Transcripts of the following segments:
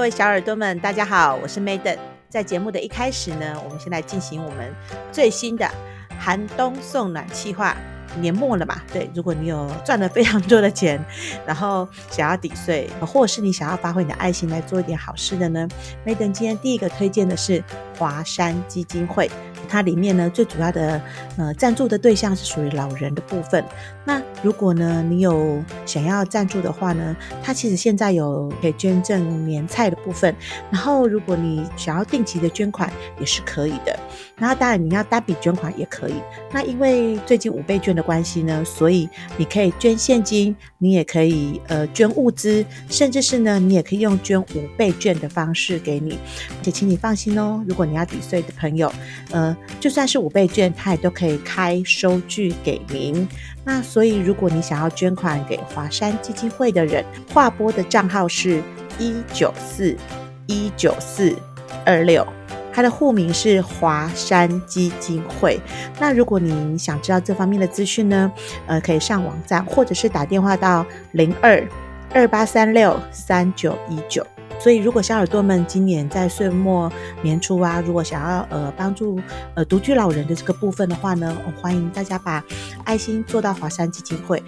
位小耳朵们，大家好，我是 Maiden。在节目的一开始呢，我们先来进行我们最新的寒冬送暖计划。年末了嘛，对，如果你有赚了非常多的钱，然后想要抵税，或是你想要发挥你的爱心来做一点好事的呢，Maiden 今天第一个推荐的是华山基金会。它里面呢，最主要的呃赞助的对象是属于老人的部分。那如果呢你有想要赞助的话呢，它其实现在有可以捐赠年菜的部分，然后如果你想要定期的捐款也是可以的。然后当然你要单笔捐款也可以。那因为最近五倍券的关系呢，所以你可以捐现金，你也可以呃捐物资，甚至是呢你也可以用捐五倍券的方式给你。而且请你放心哦，如果你要抵税的朋友，呃就算是五倍券，它也都可以开收据给您。那所以如果你想要捐款给华山基金会的人，划拨的账号是一九四一九四二六。它的户名是华山基金会。那如果你想知道这方面的资讯呢，呃，可以上网站或者是打电话到零二二八三六三九一九。所以，如果小耳朵们今年在岁末年初啊，如果想要呃帮助呃独居老人的这个部分的话呢，我欢迎大家把爱心做到华山基金会。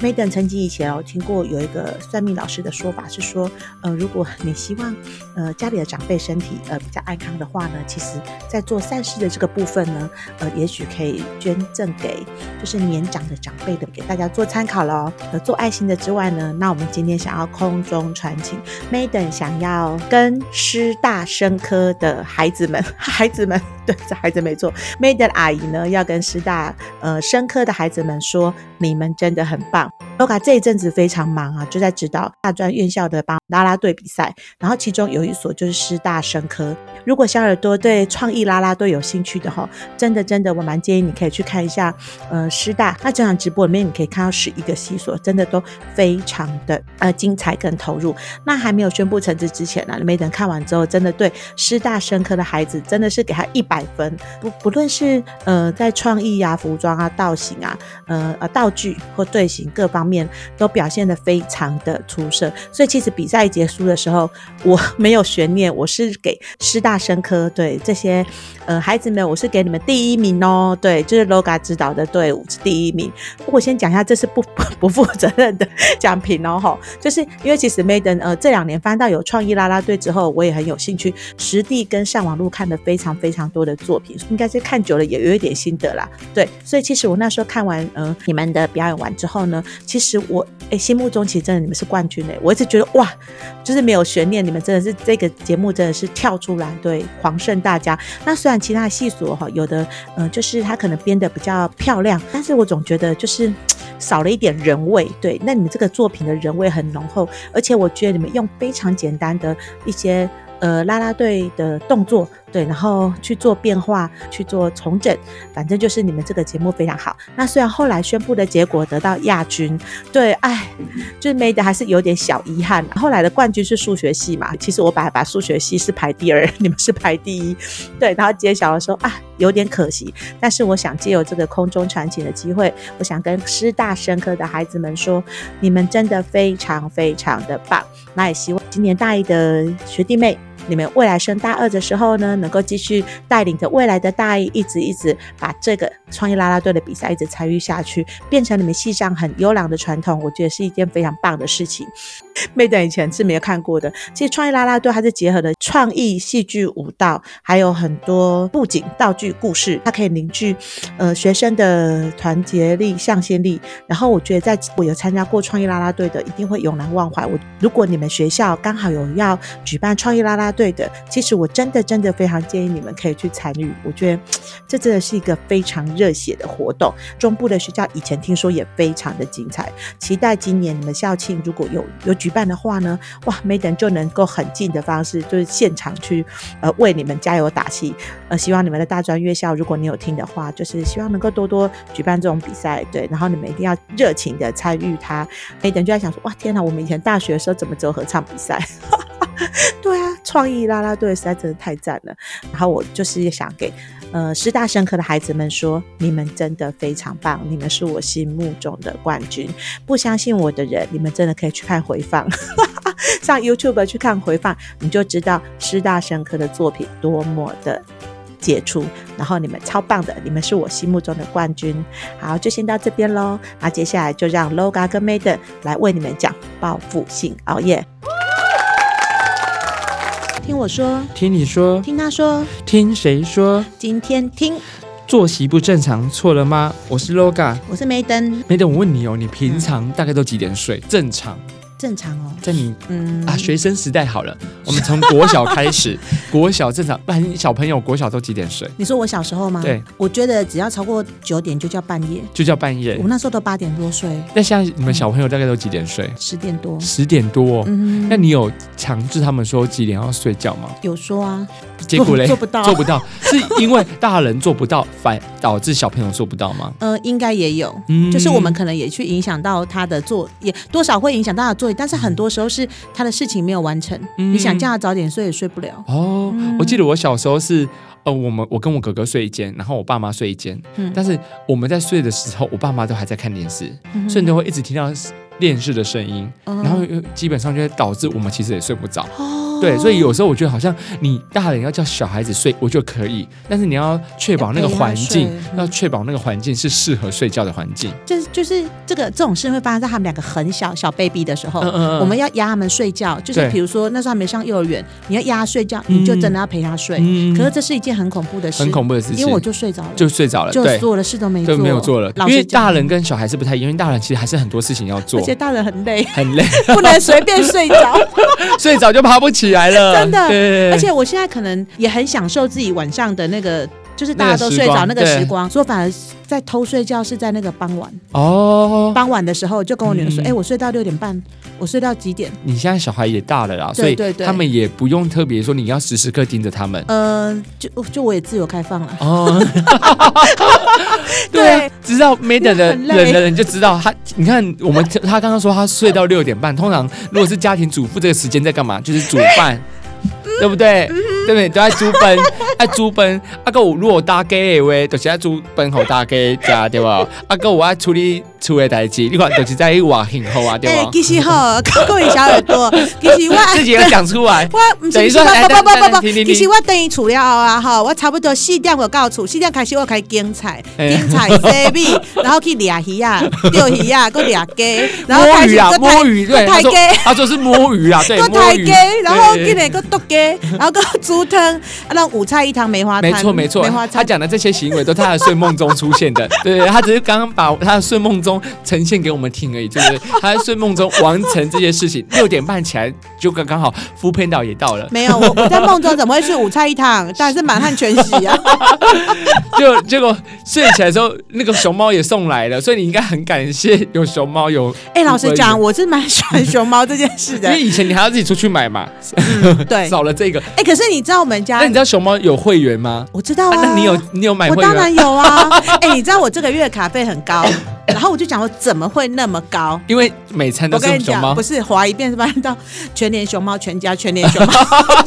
Maiden 曾经以前哦听过有一个算命老师的说法是说，呃，如果你希望呃家里的长辈身体呃比较安康的话呢，其实在做善事的这个部分呢，呃，也许可以捐赠给就是年长的长辈的，给大家做参考喽。呃，做爱心的之外呢，那我们今天想要空中传情，Maiden 想要跟师大生科的孩子们， 孩子们，对，这孩子没错，Maiden 阿姨呢要跟师大呃生科的孩子们说，你们真的很棒。Loga 这一阵子非常忙啊，就在指导大专院校的帮啦啦队比赛，然后其中有一所就是师大生科。如果小耳朵对创意啦啦队有兴趣的哈，真的真的，我蛮建议你可以去看一下，呃，师大那整场直播里面你可以看到十一个系所，真的都非常的呃精彩跟投入。那还没有宣布成绩之前呢、啊，没等看完之后，真的对师大生科的孩子真的是给他一百分，不不论是呃在创意啊、服装啊、造型啊、呃呃道具或队形各方面都表现得非常的出色，所以其实比赛结束的时候，我 没有悬念，我是给师大生科对这些呃孩子们，我是给你们第一名哦，对，就是 LOGA 指导的队伍是第一名。我先讲一下，这是不 不不负责任的奖品哦，吼，就是因为其实 Maiden 呃这两年翻到有创意啦啦队之后，我也很有兴趣，实地跟上网路看了非常非常多的作品，应该是看久了也有一点心得啦，对，所以其实我那时候看完呃你们的表演完之后呢。其实我哎、欸，心目中其实真的你们是冠军哎、欸，我一直觉得哇，就是没有悬念，你们真的是这个节目真的是跳出来对狂胜大家。那虽然其他的细所哈，有的嗯、呃，就是他可能编的比较漂亮，但是我总觉得就是少了一点人味。对，那你们这个作品的人味很浓厚，而且我觉得你们用非常简单的一些。呃，啦啦队的动作，对，然后去做变化，去做重整，反正就是你们这个节目非常好。那虽然后来宣布的结果得到亚军，对，哎，就是 made 还是有点小遗憾。后来的冠军是数学系嘛，其实我把把数学系是排第二， 你们是排第一， 对。然后揭晓的时候啊，有点可惜。但是我想借由这个空中传情的机会，我想跟师大生科的孩子们说，你们真的非常非常的棒。那也希望今年大一的学弟妹。你们未来升大二的时候呢，能够继续带领着未来的大一，一直一直把这个创意啦啦队的比赛一直参与下去，变成你们系上很优良的传统，我觉得是一件非常棒的事情。妹等以前是没有看过的，其实创意啦啦队它是结合了创意、戏剧、舞蹈，还有很多布景、道具、故事，它可以凝聚呃学生的团结力、向心力。然后我觉得在我有参加过创意啦啦队的，一定会永难忘怀。我如果你们学校刚好有要举办创意啦啦，对的，其实我真的真的非常建议你们可以去参与，我觉得这真的是一个非常热血的活动。中部的学校以前听说也非常的精彩，期待今年你们校庆如果有有举办的话呢，哇，没等就能够很近的方式，就是现场去呃为你们加油打气。呃，希望你们的大专院校，如果你有听的话，就是希望能够多多举办这种比赛，对，然后你们一定要热情的参与它。没等就在想说，哇，天哪，我们以前大学的时候怎么只有合唱比赛？ 对啊，创意啦啦队实在真的太赞了。然后我就是想给呃师大生科的孩子们说，你们真的非常棒，你们是我心目中的冠军。不相信我的人，你们真的可以去看回放。 上 YouTube 去看回放，你就知道师大神科的作品多么的杰出。然后你们超棒的，你们是我心目中的冠军。好，就先到这边喽。那接下来就让 LOGA 跟 Maiden 来为你们讲报复性熬夜。听我说，听你说，听他说，听谁说今天听，作息不正常错了吗？我是 LOGA。我是 Maiden，梅等我问你哦，你平常大概都几点睡？正常，正常哦。在你嗯啊学生时代好了，我们从国小 开始，国小正常，不然小朋友国小都几点睡？你说我小时候吗？对，我觉得只要超过九点就叫半夜。就叫半夜我。那时候都八点多睡，那现在你们小朋友大概都几点睡？十点多。十点多、哦。嗯，那你有强制他们说几点要睡觉吗？有说啊？结果嘞，做不到做不到，是因为大人做不到，反导致小朋友做不到吗？呃，应该也有。嗯就是我们可能也去影响到他的作，也多少会影响到他的作业，但是很多时候是他的事情没有完成，嗯你想叫他早点睡也睡不了。哦，嗯我记得我小时候是，呃，我们我跟我哥哥睡一间，然后我爸妈睡一间，嗯但是我们在睡的时候，我爸妈都还在看电视，所以你都会一直听到电视的声音，嗯然后又基本上就会导致我们其实也睡不着。哦对，所以有时候我觉得好像你大人要叫小孩子睡，我觉得可以，但是你要确保那要个陪他环境睡，嗯要确保那个环境是适合睡觉的环境。就是就是这个这种事会发生在他们两个很小小 baby 的时候，嗯嗯嗯我们要压他们睡觉，就是对比如说那时候还没上幼儿园，你要压他睡觉，你就真的要陪他睡。嗯可是这是一件很恐怖的事，很恐怖的事情，因为我就睡着了，就睡着了，就对所。有的事都没就做，没有做了，因老为实讲大人跟小孩是不太一样，因为大人其实还是很多事情要做而，且大人很累，很累， 不能随便睡着。 睡着就爬不起来了，真的 对，而且我现在可能也很享受自己晚上的那个，就是大家都睡着那那个个时时光对光，所以我反而在偷睡觉是在那个傍晚，哦，傍晚的时候就跟我女儿说，嗯哎、我睡到六点半，我睡到几点？你现在小孩也大了啦，对所以对对他们也不用特别说你要时时刻盯着他们呃，就就我也自由开放了。哦。对啊，知道 Maiden 的很累人的人就知道他，你看我们他刚刚说他睡到六点半，通常如果是家庭主妇这个时间在干嘛？就是煮饭。嗯对不对？对不对？都在煮饭，爱煮饭。啊个我如果打给的话，就是爱煮饭给大家食，对吧？啊个我爱处理厝的代志，你看就是在话幸福啊，对哎、吧？其实 哈，各位小耳朵，其实我 自己要讲出来。我唔等是于不说是不来不等不不等停不，停其实停我等伊厝了后啊，吼，我差不多四点我到厝，四点开始我开始精彩，哎精彩 C B，然后去掠鱼啊，钓鱼啊，搁掠鸡，然后摸开鱼始啊，搁抬摸鱼，对，搁他抬说鸡，他说是摸鱼啊，对，搁摸抬鱼鸡，，然后对进来搁剁鸡，然后搁煮汤，啊，让午菜一汤梅花没汤，错没错梅花，他汤。讲的这些行为都是他的睡梦中出 现的，对，他只是刚刚把他的睡梦中呈现给我们听而已，就是他在睡梦中完成这些事情，六点半起来就刚刚好，副片导也到了，没有，我我在梦中怎么会是午菜一 汤？当然是满汉全席啊！就结果睡起来之后，那个熊猫也送来了，所以你应该很感谢有熊猫有，哎、老实讲，我是蛮喜欢熊猫这件事因的为。以 前你还要自己出去买嘛，对，少了这个，哎、可是你知道我们家那你知道熊猫有会员吗？我知道啊啊，那你有你有买我会员当吗？然有啊！ 哎、你知道我这个月卡费很 高，然后我就讲我怎么会那么高？因为每餐我都跟是你熊讲，猫不，是划一遍是吧？到全年熊猫，全家全年熊 猫，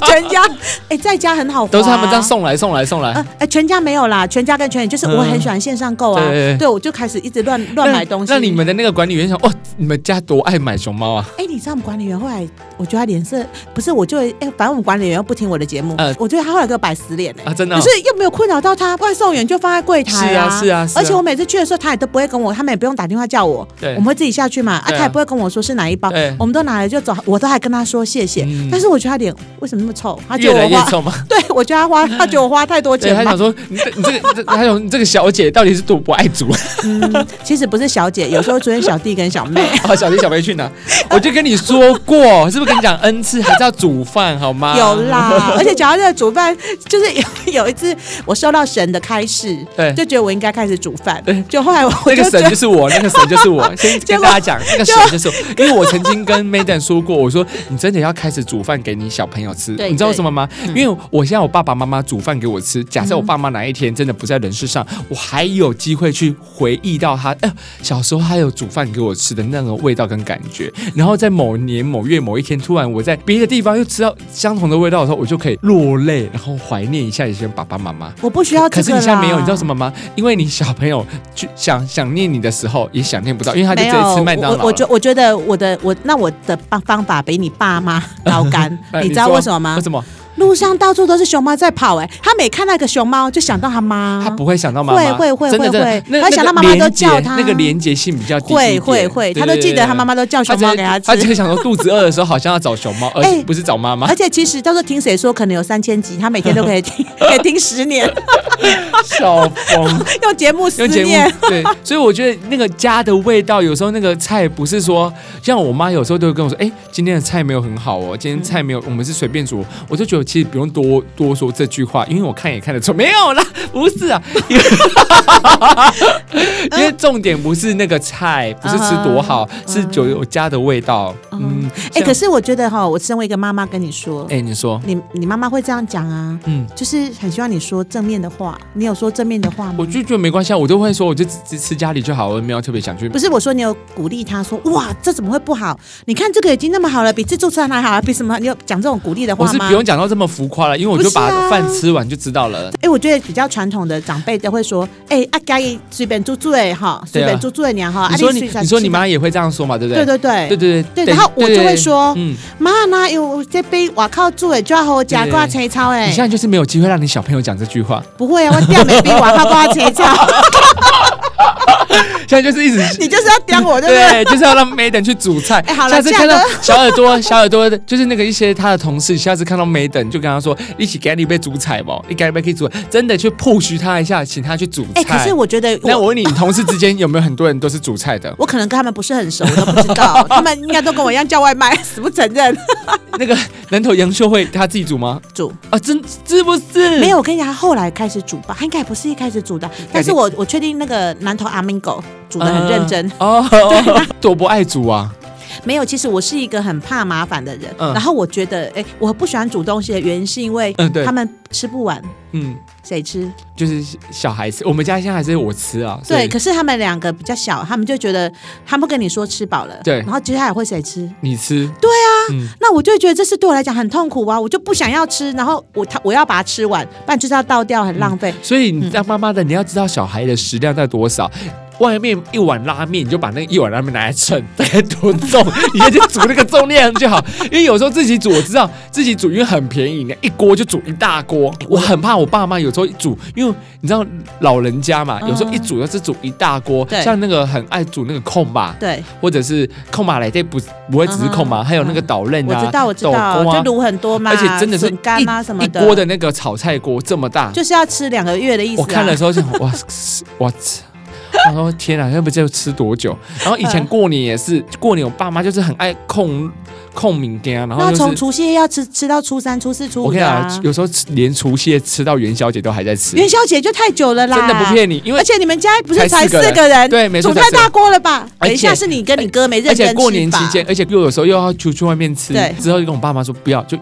全家哎、在家很好划、啊，都是他们这样。送来送来送来。呃，哎，全家没有啦，全家跟全年就是我很喜欢线上购啊，嗯对对对我就开始一直乱乱买东西。那你们的那个管理员想，哦，你们家多爱买熊猫啊？哎、你知道我们管理员后来，我觉得他脸色不是，我就哎、反正我们管理员又不听我的节目，呃我觉得他后来给我摆死脸哎、啊，真的、可哦？是又没有困扰到他，外送员就放在柜台是啊，是啊，是啊。而且我每次去的时候，他也都不会跟我，他们也不用打电话叫我，对我们会自己下去嘛。啊，对啊他也不会跟我说是哪一包对，我们都拿了就走，我都还跟他说谢谢嗯。但是我觉得他脸为什么那么臭？他觉越得来我越花，臭嘛。 对我觉得他 花，他觉得我花太多对，钱他嘛想。说，你这你这个，这他想你这个小姐到底是多不爱啊 煮？嗯，其实不是小姐，有时候昨天小弟跟小 妹。啊，小弟小妹去哪？我就跟你说过，是不是跟你讲 n 次，还是要煮饭好吗？有，啦，而且讲到这个煮饭，就是 有有一次我受到神的开示，对就觉得我应该开始煮饭对，就后来我那就个觉神得就是我，那个神就 是我。先结跟果大家讲，那个神就是我，因为我曾经跟 Maiden 说过，我说你真的要开始煮饭给你小朋友吃，对嗯你知道为什么吗？因为我现在我爸爸妈妈煮饭给我吃，假设我爸妈哪一天真的不在人世上，我还有机会去回忆到他，哎、小时候他有煮饭给我吃的那个味道跟感觉，然后在某年某月某一天，突然我在别的地方又吃到相同的味道的时候，我就可以落泪，然后怀念一下以前爸爸妈妈。我不需要可啊这是个你啦。现在没有，你知道什么吗？因为你小朋友去想想念你的时候也想念不到，因为他就没直有，接吃麦当劳我了。我觉我觉得我的我那我的方方法比你爸 妈高干哎，你知道说为什么吗啊为？什么路上到处都是熊猫在跑、哎，他每看到一个熊猫就想到他妈，他不会想到妈妈？会会会真的真的会，那他想到妈妈都叫他那个连结那个连结性比较低一会点会会，对他都对记得对他妈妈都叫他熊只猫是给他只吃。是想说肚子饿的时候好像要找熊猫，而哎不是找妈 妈而。且其实到时候听谁说，可能有三千集，他每天都可以 听，可以听十年，笑疯，用节目哎思 用节目念。对，所以我觉得那个家的味道，有时候那个菜不是说，像我妈有时候都会跟我说，哎、今天的菜没有很好哦，今天菜没有，我们是随便煮，我就觉得其实不用多多说这句话，因为我看也看得出没有啦，不是啊，因为因为重点不是那个菜，不是吃嗯多好，是有有家的味道，嗯，哎、像可是我觉得哈，我身为一个妈妈跟你说，哎、你说，你你妈妈会这样讲啊，嗯。就是很希望你说正面的话。你有说正面的话吗？我就觉得没关系啊，我都会说，我就只只吃家里就好，我也没有特别想去不是我说你有鼓励他说哇这怎么会不好？你看这个已经那么好了，比自助餐还好，比什么？你有讲这种鼓励的我话是吗不？用讲到这么浮夸了，因为我就不是啊把饭吃完就知道了。哎、我觉得比较传统的长辈都会说，哎、阿家伊随便住住哎哈，随便住住哎娘哈。啊你说你，随便你说吃你妈也会这样说嘛，对不对对对？对对对对对然后我就会说嗯，妈呢有这杯瓦靠住哎，就要和我夹对挂切操你哎现，在就是没有机会让你小朋友讲这句话， 不会啊，我掉每杯瓦靠挂切操，现在就是一直。你就是要刁 我对不对？对，就是要让 Maiden 去煮菜。 哎好了下次这样看到呢小耳朵，小耳朵就是那个一些他的同事，下次看到 Maiden 就跟他说，一起给你一杯煮菜嘛，你给他一杯可以煮，真的去 push 他一下，请他去煮哎、菜。可是我觉得那我我。问你，你同事之间有没有很多人都是煮菜 的？我可能跟他们不是很熟，我都不知 道，他们应该都跟我一样叫外卖，死不承认。那个南投杨秀慧她自己煮吗？煮啊，真是不 是？没有，我跟你讲，他后来开始煮吧，他应该也不是一开始煮 的，但是我我确定那个南投阿明狗煮的很认真。嗯哦，多不爱煮啊！没有，其实我是一个很怕麻烦的人，嗯然后我觉得，哎，我不喜欢煮东西的原因是因为嗯对他们吃不完，嗯，谁吃？就是小孩吃，我们家现在还是我吃啊。所以对，可是他们两个比较小，他们就觉得他们跟你说吃饱了，对然后接下来会谁吃？你吃，那我就会觉得这是对我来讲很痛苦啊，我就不想要吃，然后我他我要把它吃完，不然就是要倒掉，很浪费。所以你当妈妈的，你要知道小孩的食量在多少。外面一碗拉面，你就把那一碗拉面拿来称，大概多重，你要去煮那个重量就好。因为有时候自己煮，我知道自己煮，因为很便宜，你一锅就煮一大锅。我很怕我爸妈有时候一煮，因为你知道老人家嘛，嗯有时候一煮要是煮一大锅，对像那个很爱煮那个控吧，对，或者是控马来这不不会只是控嘛，嗯哼还有那个导刃我啊，知道，我知豆道，锅啊就卤很多嘛，而且真的是笋干啊什一么一锅的那个炒菜锅这么大，就是要吃两个月的意思、啊。我看了之后想，哇 哇操！我说天啊，要不就吃多久？然后以前嗯过年也是，过年我爸妈就是很爱控控明天啊，然后那就从是除夕夜要吃吃到初三、初四、初我五跟你的、讲啊，。有时候吃连除夕夜吃到元宵节都还在吃，元宵节就太久了啦，真的不骗你，因为而且你们家不是才才四个四个人，对没错煮太才四个大锅了吧？而且等一下是你跟你哥没而认真且吃过年期吧间，，而且又有时候又要出去外面吃对，之后就跟我爸妈说不要，就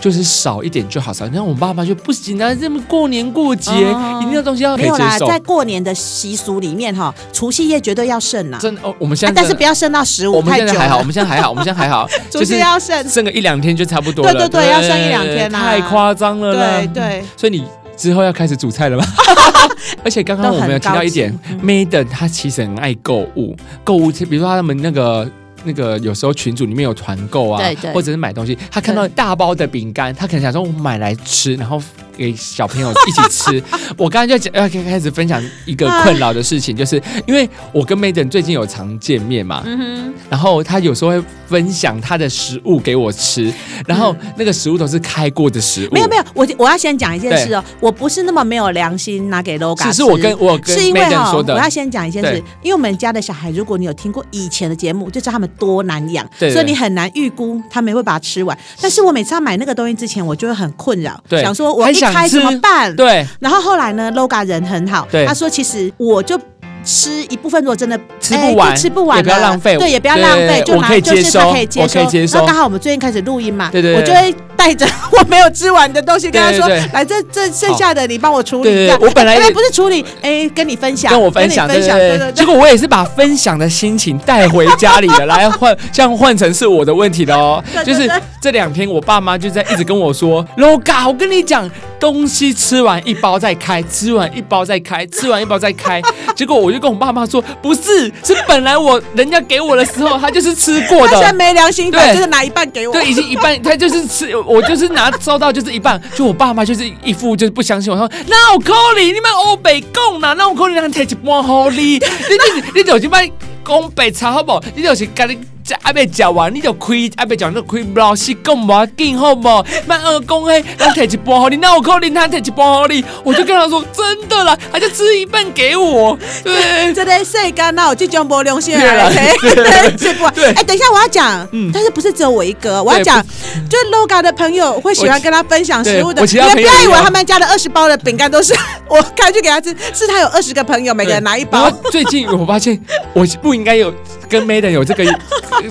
就是少一点就好，少一点。然后我爸妈就不行啊，这么过年过节，哦一定要东西要可没以有接啦，受。在过年的习俗里面哈，除夕夜绝对要剩啦，真的哦，我们现啊在、但是不。要剩到十我五们太现在久还好，我了，们现在还好，我们现在还好， 除就是夕要剩，剩个一两天就差不多了。对对对要剩一两天啦太夸张了啦。对。对。所以你之后要开始煮菜了吗？ 而且刚刚我们有提到一点都很高嗯，Maiden 她其实很爱购物，购物比如说他们那个。那个有时候群组里面有团购啊，对对或者是买东西，她看到大包的饼干，她可能想说我买来吃，然后给小朋友一起 吃。我刚刚就讲要开始分享一个困扰的事情，就是因为我跟 Maiden 最近有常见面嘛，嗯哼，然后他有时候会分享他的食物给我吃，然后嗯那个食物都是开过的食物，没有没有，我我要先讲一件事哦，我不是那么没有良心拿给 LOGA 是是我跟我跟是因为 Maiden 哈、说我的要，先讲一件事对，因为我们家的小孩，如果你有听过以前的节目，就知道他们多难养，对对所以你很难预估他们会把它吃完。但是我每次要买那个东西之前，我就会很困扰，对想说我一很想开吃怎么办？对，然后后来呢，LOGA 人很好对，他说其实我就。吃一部分，如果真的吃不完哎就吃不完了，也不要浪费对，也不要浪对费，就我拿可以就是接收他可以接我可以接收那刚好我们最近开始录音嘛，对对对我就会带着 我没有吃完的东西跟他说，对对对来这这剩下的你帮我处理对对一下。对我本来哎也不是处理，哎，跟你分享，跟我分享，跟你对分享，对对对结对。果我也是把分享的心情带回家里了，来换，这样换成是我的问题了哦对。就对是对这两天我爸妈就在一直跟我说，Loga，我跟你讲，东西吃完一包再开，吃完一包再开，吃完一包再开。结果我就跟我爸妈说，不是，是本来我人家给我的时候，他就是吃过他现在的。没良心，对反正拿一半给我。对，已经一半，他就是吃， 我就是拿收到就是一半，就我爸妈就是一副就是不相信我，说那我可你你们欧北共啦，那我可能让摕一半互你，你你你就是卖讲白差好不好？你就是甲你。食还袂食完，你就开还袂食完，你就开老师讲无要紧，好无？莫二讲嘿，咱摕一半互你，那有可能他摕一半互你，我就跟他说真的啦，他就吃一半给我，对，这个世间哪有这种没良心的对啦人？ 对对，是不？对哎，等一下我要讲嗯，但是不是只有我一个？我要讲，就是 LOGA 的朋友会喜欢跟他分享食物的。我其对我其他你不要朋以友也为有他们家的二十包的饼干都是 我开去给他吃，是他有二十个朋友，每个人拿一包然。后最近我发现我不应该有跟 Maiden 有这个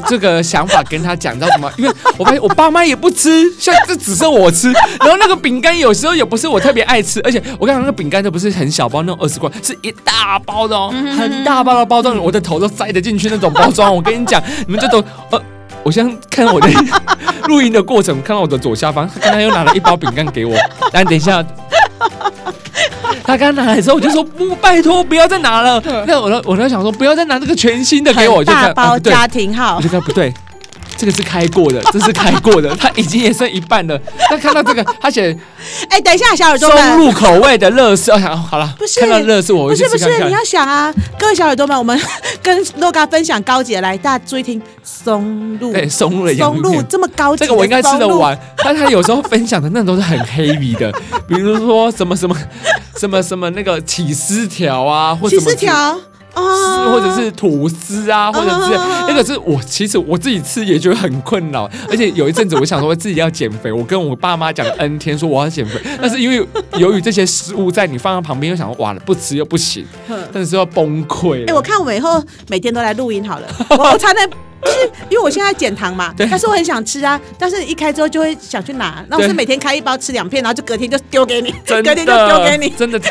这个想法跟他讲，你知道什么？因为我发现我爸妈也不吃，像这只剩我吃。然后那个饼干有时候也不是我特别爱吃，而且我刚刚那个饼干都不是很小包那种二十块，是一大包的哦，很大包的包装，我的头都塞得进去那种包装。我跟你讲，你们这都呃。我先看我的 录音的过程，看到我的左下方，他刚才又拿了一包饼干给我。 但等一下，他刚拿来的时候，我就说不，拜托不要再拿了。那我那我那想说，不要再拿这个全新的给我，我就大看包啊对，家庭 号我就，看不对。这个是开 过的，这是开过的，他已经也剩一半了。他看到这个，他写哎，等一下，小耳朵松们，露口味的乐事，我想好了不，是看到乐事我不会去是不吃看是，你看。要想啊，各位小耳朵们，我们跟洛嘎分享高级的来，大家注意听，松露，对，松露的洋松芋露片这么高级，这个我应该吃得。完，但他有时候分享的那种都是很 heavy 的，比如说什么什么什么什么那个起司条啊，或什起么司条啊，或者是吐司啊，或者是那个是我其实我自己吃也觉得很困扰，而且有一阵子我想说自己要减肥，我跟我爸妈讲了 N 天说我要减肥，但是因为由于这些食物在你放在旁边，又想说哇不吃又不行，但是又要崩溃 哎、我了。看我们以后每天都来录音好 了，我我才能。就是因为我现在减糖嘛，对但是我很想吃啊，但是一开之后就会想去拿，那我对是每天开一包吃两片，然后就隔天就丢给你，真隔的天就丢给你。真的，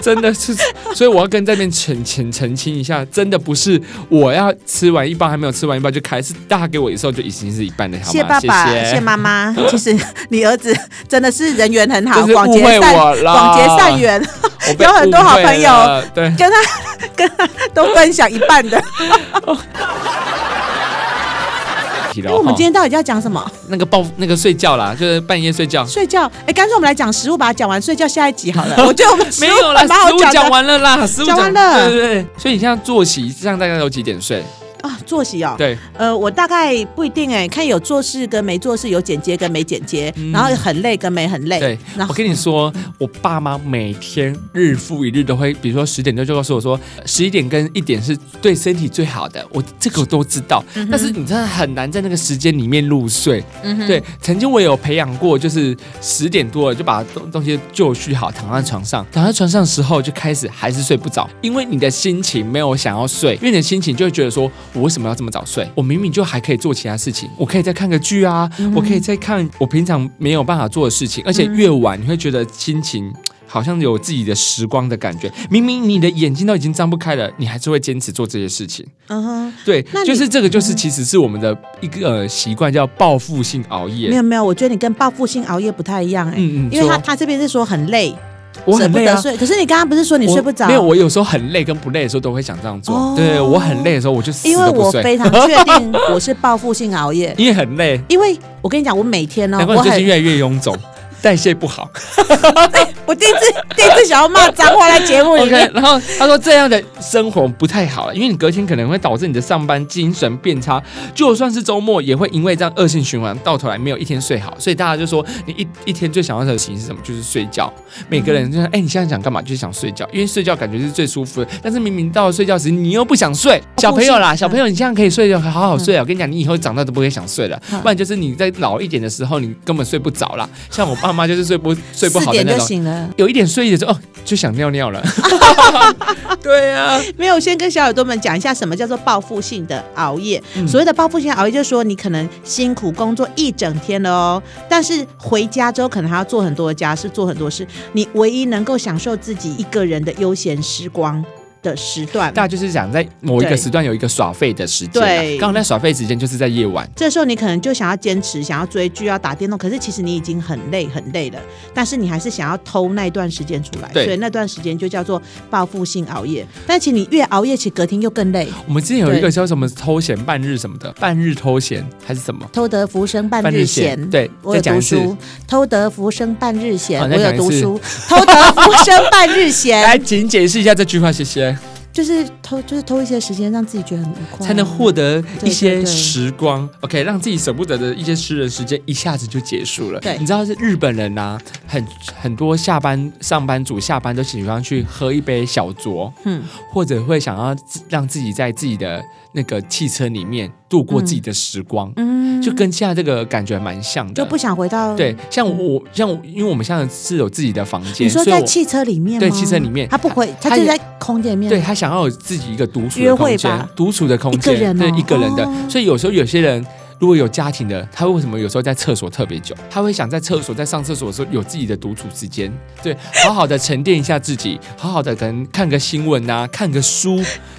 真的是，所以我要跟这边澄澄澄清一下，真的不是我要吃完一包还没有吃完一包就开，是大家给我的时候就已经是一半的，好吗？谢爸爸，谢谢妈妈。其实你儿子真的是人缘很好，真是广结误会善我啦广结善缘，我被有很多好朋友误会了，对。跟他跟他都分享一半的。提因了为我们哈今天到底要讲什么？那个报那个睡觉啦，就是半夜睡觉。睡觉？哎、干脆我们来讲食物，把它讲完，睡觉下一集好了。我觉得我们食 没物有啦，蛮好食物的讲完了啦，食物讲完了对对对。所以你现在作息上大概有几点睡？啊，作息哦。对，呃，我大概不一定哎、看有做事跟没做事，有剪接跟没剪接，然后很累跟没很累。嗯对然我后嗯跟你说，我爸妈每天日复一日都会，比如说十点钟就告诉我说，呃十一点跟一点是对身体最好的，我这个我都知道。嗯但是你真的很难在那个时间里面入睡。嗯对，曾经我也有培养过，就是十点多了就把东东西就绪好，躺在床上，躺在床上的时候就开始还是睡不着，因为你的心情没有想要睡，因为你的心情就会觉得说，我为什么要这么早睡？我明明就还可以做其他事情，我可以再看个剧啊，嗯我可以再看我平常没有办法做的事情，而且越晚你会觉得心情。好像有自己的时光的感觉，明明你的眼睛都已经张不开了，你还是会坚持做这些事情。嗯哼，对那，你就是这个，就是其实是我们的一个呃习惯，叫报复性熬夜。没有没有，我觉得你跟报复性熬夜不太一样哎、嗯嗯因为他说他这边是说很累，我舍很不累得啊。睡，可是你刚刚不是说你我睡不着？没有，我有时候很累跟不累的时候都会想这样做。哦对我很累的时候，我就死因为都不我睡。，非常确定我是报复性熬夜因为很累，因为我跟你讲，我每天呢、难怪我哎你最很近越来越臃肿，代谢不好。我第一次 第一次想要骂脏话在节 目里 OK，面。然后他说这样的生活不太好，因为你隔天可能会导致你的上班精神变差，就算是周末也会因为这样恶性循环，到头来没有一天睡好。所以大家就说，你一一天最想要的事情是什么？就是睡觉。每个人就说，哎、你现在想干嘛？就是想睡觉，因为睡觉感觉是最舒服的。但是明明到了睡觉时，你又不想睡。小朋友啦，小朋友，你现在可以睡觉，好好睡啊！我跟你讲，你以后长大都不会想睡了，不然就是你在老一点的时候，你根本睡不着啦。像我爸妈就是睡不睡四不好的点那就种。醒了，有一点睡意的时候，哦，就想尿尿 了。对啊呀、没有，先跟小耳朵们讲一下什么叫做报复性的熬夜。嗯所谓的报复性熬夜，就是说你可能辛苦工作一整天了哦，但是回家之后可能还要做很多的家事，做很多事，你唯一能够享受自己一个人的悠闲时光的时段。大家就是想在某一个对时段有一个耍废的时间、对啊，刚好那耍废时间就是在夜晚。这时候你可能就想要坚持，想要追剧，要打电动，可是其实你已经很累很累了，但是你还是想要偷那段时间出来，对所以那段时间就叫做报复性熬夜。但其实你越熬夜，其实隔天又更累，我们之前有一个对叫什么偷闲半日什么的，半日偷闲还是什么？ 偷得浮生半日闲。对，我再有讲一读次。书，偷得浮生半日闲。好我再有讲一读次 书，偷得浮生半日来，闲，请解释一下这句话，谢谢。就是偷，就是偷一些时间，让自己觉得很愉快，啊才能获得一对对些对时光。OK，让自己舍不得的一些私人时间一下子就结束了。对你知道是日本人呐、很很多下班上班族下班都喜欢去喝一杯小酌，嗯，或者会想要自让自己在自己的那个汽车里面度过自己的时光，嗯，就跟现在这个感觉蛮像的。就不想回到。对，像我像我，因为我们现在是有自己的房间，你说所以在我汽车里面吗？对汽车里面他不回，他他就也在空间里面。对他想要有自己一个独处约的会空吧间，独处的空间，一个人哦对一个人的。哦所以有时候有些人如果有家庭的，他为什么有时候在厕所特别久？他会想在厕所在上厕所的时候有自己的独处时间，对，好好的沉淀一下自己，好好的可能看个新闻啊，看个书，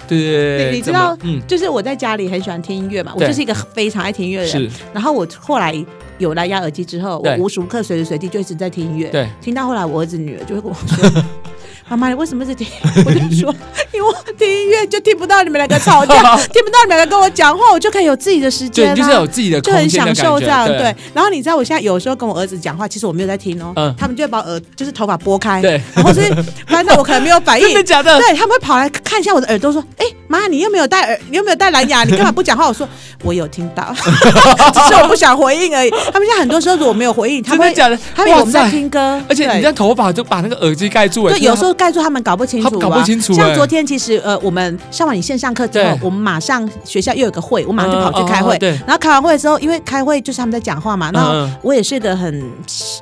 对对对，你你知怎么道嗯，就是我在家里很喜欢听音乐嘛，我对就是一个非常爱听音乐的人。是然后我后来有蓝牙耳机之后，我对无时无刻随时随地就一直在听音乐。对，听到后来我儿子女儿就会跟我说：“ 妈妈，你为什么一直听？”我就说：“ 因为我听音乐就听不到你们两个吵 架，听不到你们两个跟我讲话，我就可以有自己的时对，间、啊，你就是有自己的就空很间的享感受觉，这样。对对，然后你知道我现在有时候跟我儿子讲话，其实我没有在听哦，嗯他们就会把耳就是头发拨开，对，然后是反正我可能没有反应， 真的假的？对，他们会跑来看一下我的耳朵，说：“哎、妈，你又没有戴耳，你又没有戴蓝牙，你干嘛不讲话？”我说：“我有听到， 只是我不想回应而已。”他们现在很多时候如果没有回应，他真们的会假的？他们以为我们在！听歌，而且对你这。头发就把那个耳机盖住，哎对，有时候候盖住他们搞不清楚、啊，他搞不清楚像欸昨天，其实呃，我们上完你线上课之后对，我们马上学校又有个会，我马上就跑哦去开会。对，然后开完会之后，因为开会就是他们在讲话嘛，然后嗯嗯我也是个很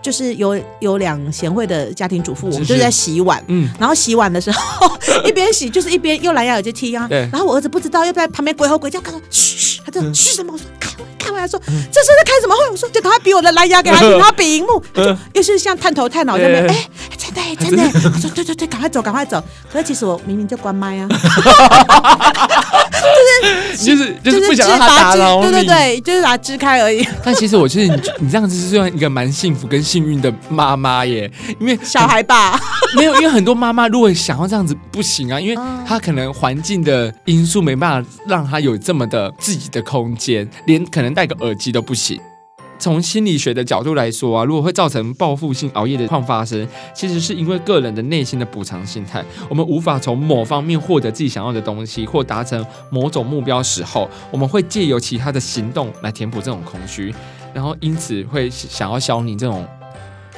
就是有有两贤惠的家庭主妇，我们是就是在洗碗，嗯，然后洗碗的时候， 一边洗就是一边用蓝牙耳机听啊。对嗯然后我儿子不知道，又在旁边鬼吼鬼叫，他说嘘嘘，他就嘘什么？我说开会开会，他说这是在开什么会？我说就赶快比我的蓝牙给他听，他比荧幕，他就又是像探头探脑在那边，嗯对哎，真的哎真的哎，我说对对对，赶快走赶快走。可是其实我明明就关麦啊， 就是就是不只想让他打扰你，对对对，就是把它支开而已。但其实我觉得你你这样子是算一个蛮幸福跟幸运的妈妈耶，因为小孩吧，没有，因为很多妈妈如果想要这样子不行啊，因为嗯她可能环境的因素没办法让她有这么的自己的空间，连可能戴个耳机都不行。从心理学的角度来说啊，如果会造成报复性熬夜的况发生，其实是因为个人的内心的补偿心态，我们无法从某方面获得自己想要的东西或达成某种目标时候，我们会借由其他的行动来填补这种空虚，然后因此会想要消弭这种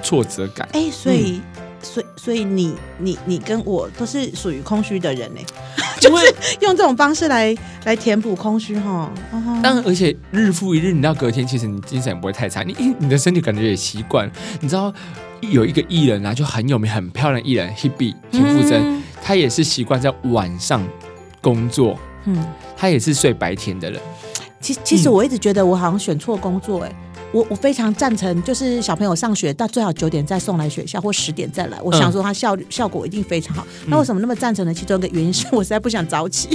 挫折感。哎，所以。所以，所以你、你、你跟我都是属于空虚的人 呢、就是用这种方式来来填补空虚哈。哦当然，而且日复一日，你到隔天，其实你精神也不会太差，你因为你的身体感觉也习惯。你知道有一个艺人啊，就很有名、很漂亮的艺人 Hebe 田馥甄，嗯她也是习惯在晚上工作，嗯，她也是睡白天的人。其其实嗯我一直觉得我好像选错工作哎、我我非常赞成，就是小朋友上学到最好九点再送来学校或十点再来，我嗯想说他效率、效果一定非常好。那为什么那么赞成呢？其中一个原因是我实在不想早 起，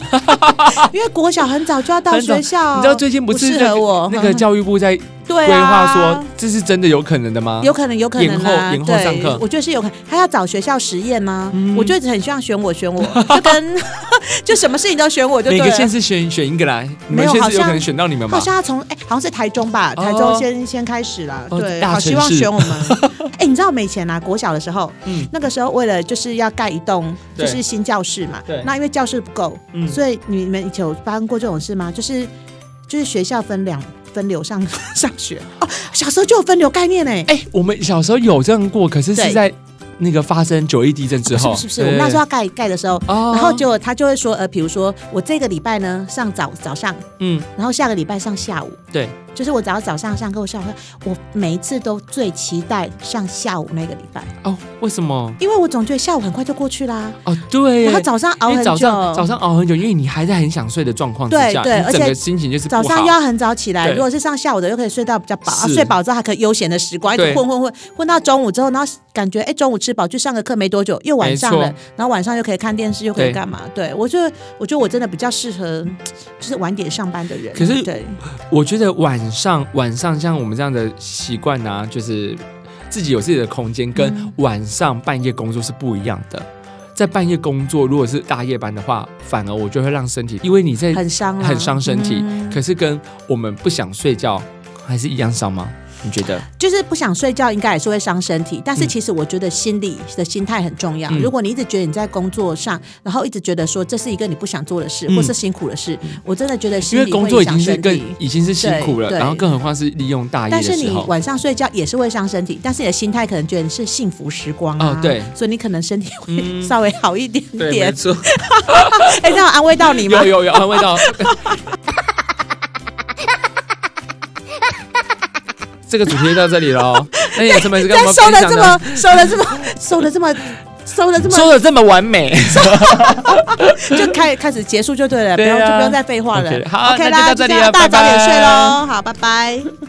因为国小很早就要到很早学校。你知道最近不是哦不那适个合我嗯那个教育部在规 对划啊说、这是真的有可能的吗？有可能，有可能啊，延后延后对上课嗯我觉得是有可能。他要找学校实验吗？我就一直很希望选我，选我， 就跟就什么事情都选我就每对个县了。市选选一个啦，你没们有县好市有可像能选到你们好吧？像要从哎、好像是台中吧，哦台中先、先开始啦。哦对，大好希望城市选我们。 哎、你知道我们以前啊，国小的时候，嗯那个时候为了就是要盖一栋就对是新教室嘛对，那因为教室不够，嗯所以你们以前有发生过这种事吗？就是就是学校分两分流上 上学哦，小时候就有分流概念呢、哎、我们小时候有这样过，可是对是在那个发生九一地震之是后，不哦是？是不是？我们那时候要盖盖的时候，哦，然后结果他就会说，呃，比如说我这个礼拜呢上早早上，嗯，然后下个礼拜上下午，对，就是我只要早上上课，我下午上我每一次都最期待上下午那个礼拜，哦，为什么？因为我总觉得下午很快就过去 啦，哦，对耶，然后早上熬因很为久，早上早上熬很久，因为你还在很想睡的状况之对下，对你而整且个心情就是不早好。上又要很早起来，对如果是上下午的，又可以睡到比较饱，啊是睡饱之后还可以悠闲的时光，一对直混混混混到中午之后，然后感觉哎、中午吃饱去上个课没多久，又晚上了没错，然后晚上又可以看电视，又可对以干嘛？对我就我觉得我真的比较适合，嗯就是晚点上班的人。可是对，我觉得晚上晚上像我们这样的习惯啊，就是自己有自己的空间，跟嗯晚上半夜工作是不一样的。在半夜工作，如果是大夜班的话，反而我就会让身体，因为你在很伤、啊，很伤身体。嗯可是跟我们不想睡觉还是一样伤吗？你觉得？就是不想睡觉，应该也是会伤身体。但是嗯其实我觉得心理的心态很重要。嗯如果你一直觉得你在工作上，然后一直觉得说这是一个你不想做的事，嗯或是辛苦的事，我真的觉得因心为理工会作影已经响是身更体。已经是辛苦了，对对然后更何况是利哦用大夜但的是时你候，晚上睡觉也是会伤身体，但是你的心态可能觉得你是幸福时光啊，哦对所以你可能身体嗯会稍微好一点对，没点。错。 哎、这样有安慰到你吗有？有有安慰 到。这个主题就到这里喽。那你有什么是跟但 我们收分的享这的么？，收的这么，收的这么，收的这么，说的这么完美， 就开开始结束就对了，不对啊用就不用再废话了。 OK，好 OK 那就啦，到这里样了大家早拜拜点睡喽。好，拜拜。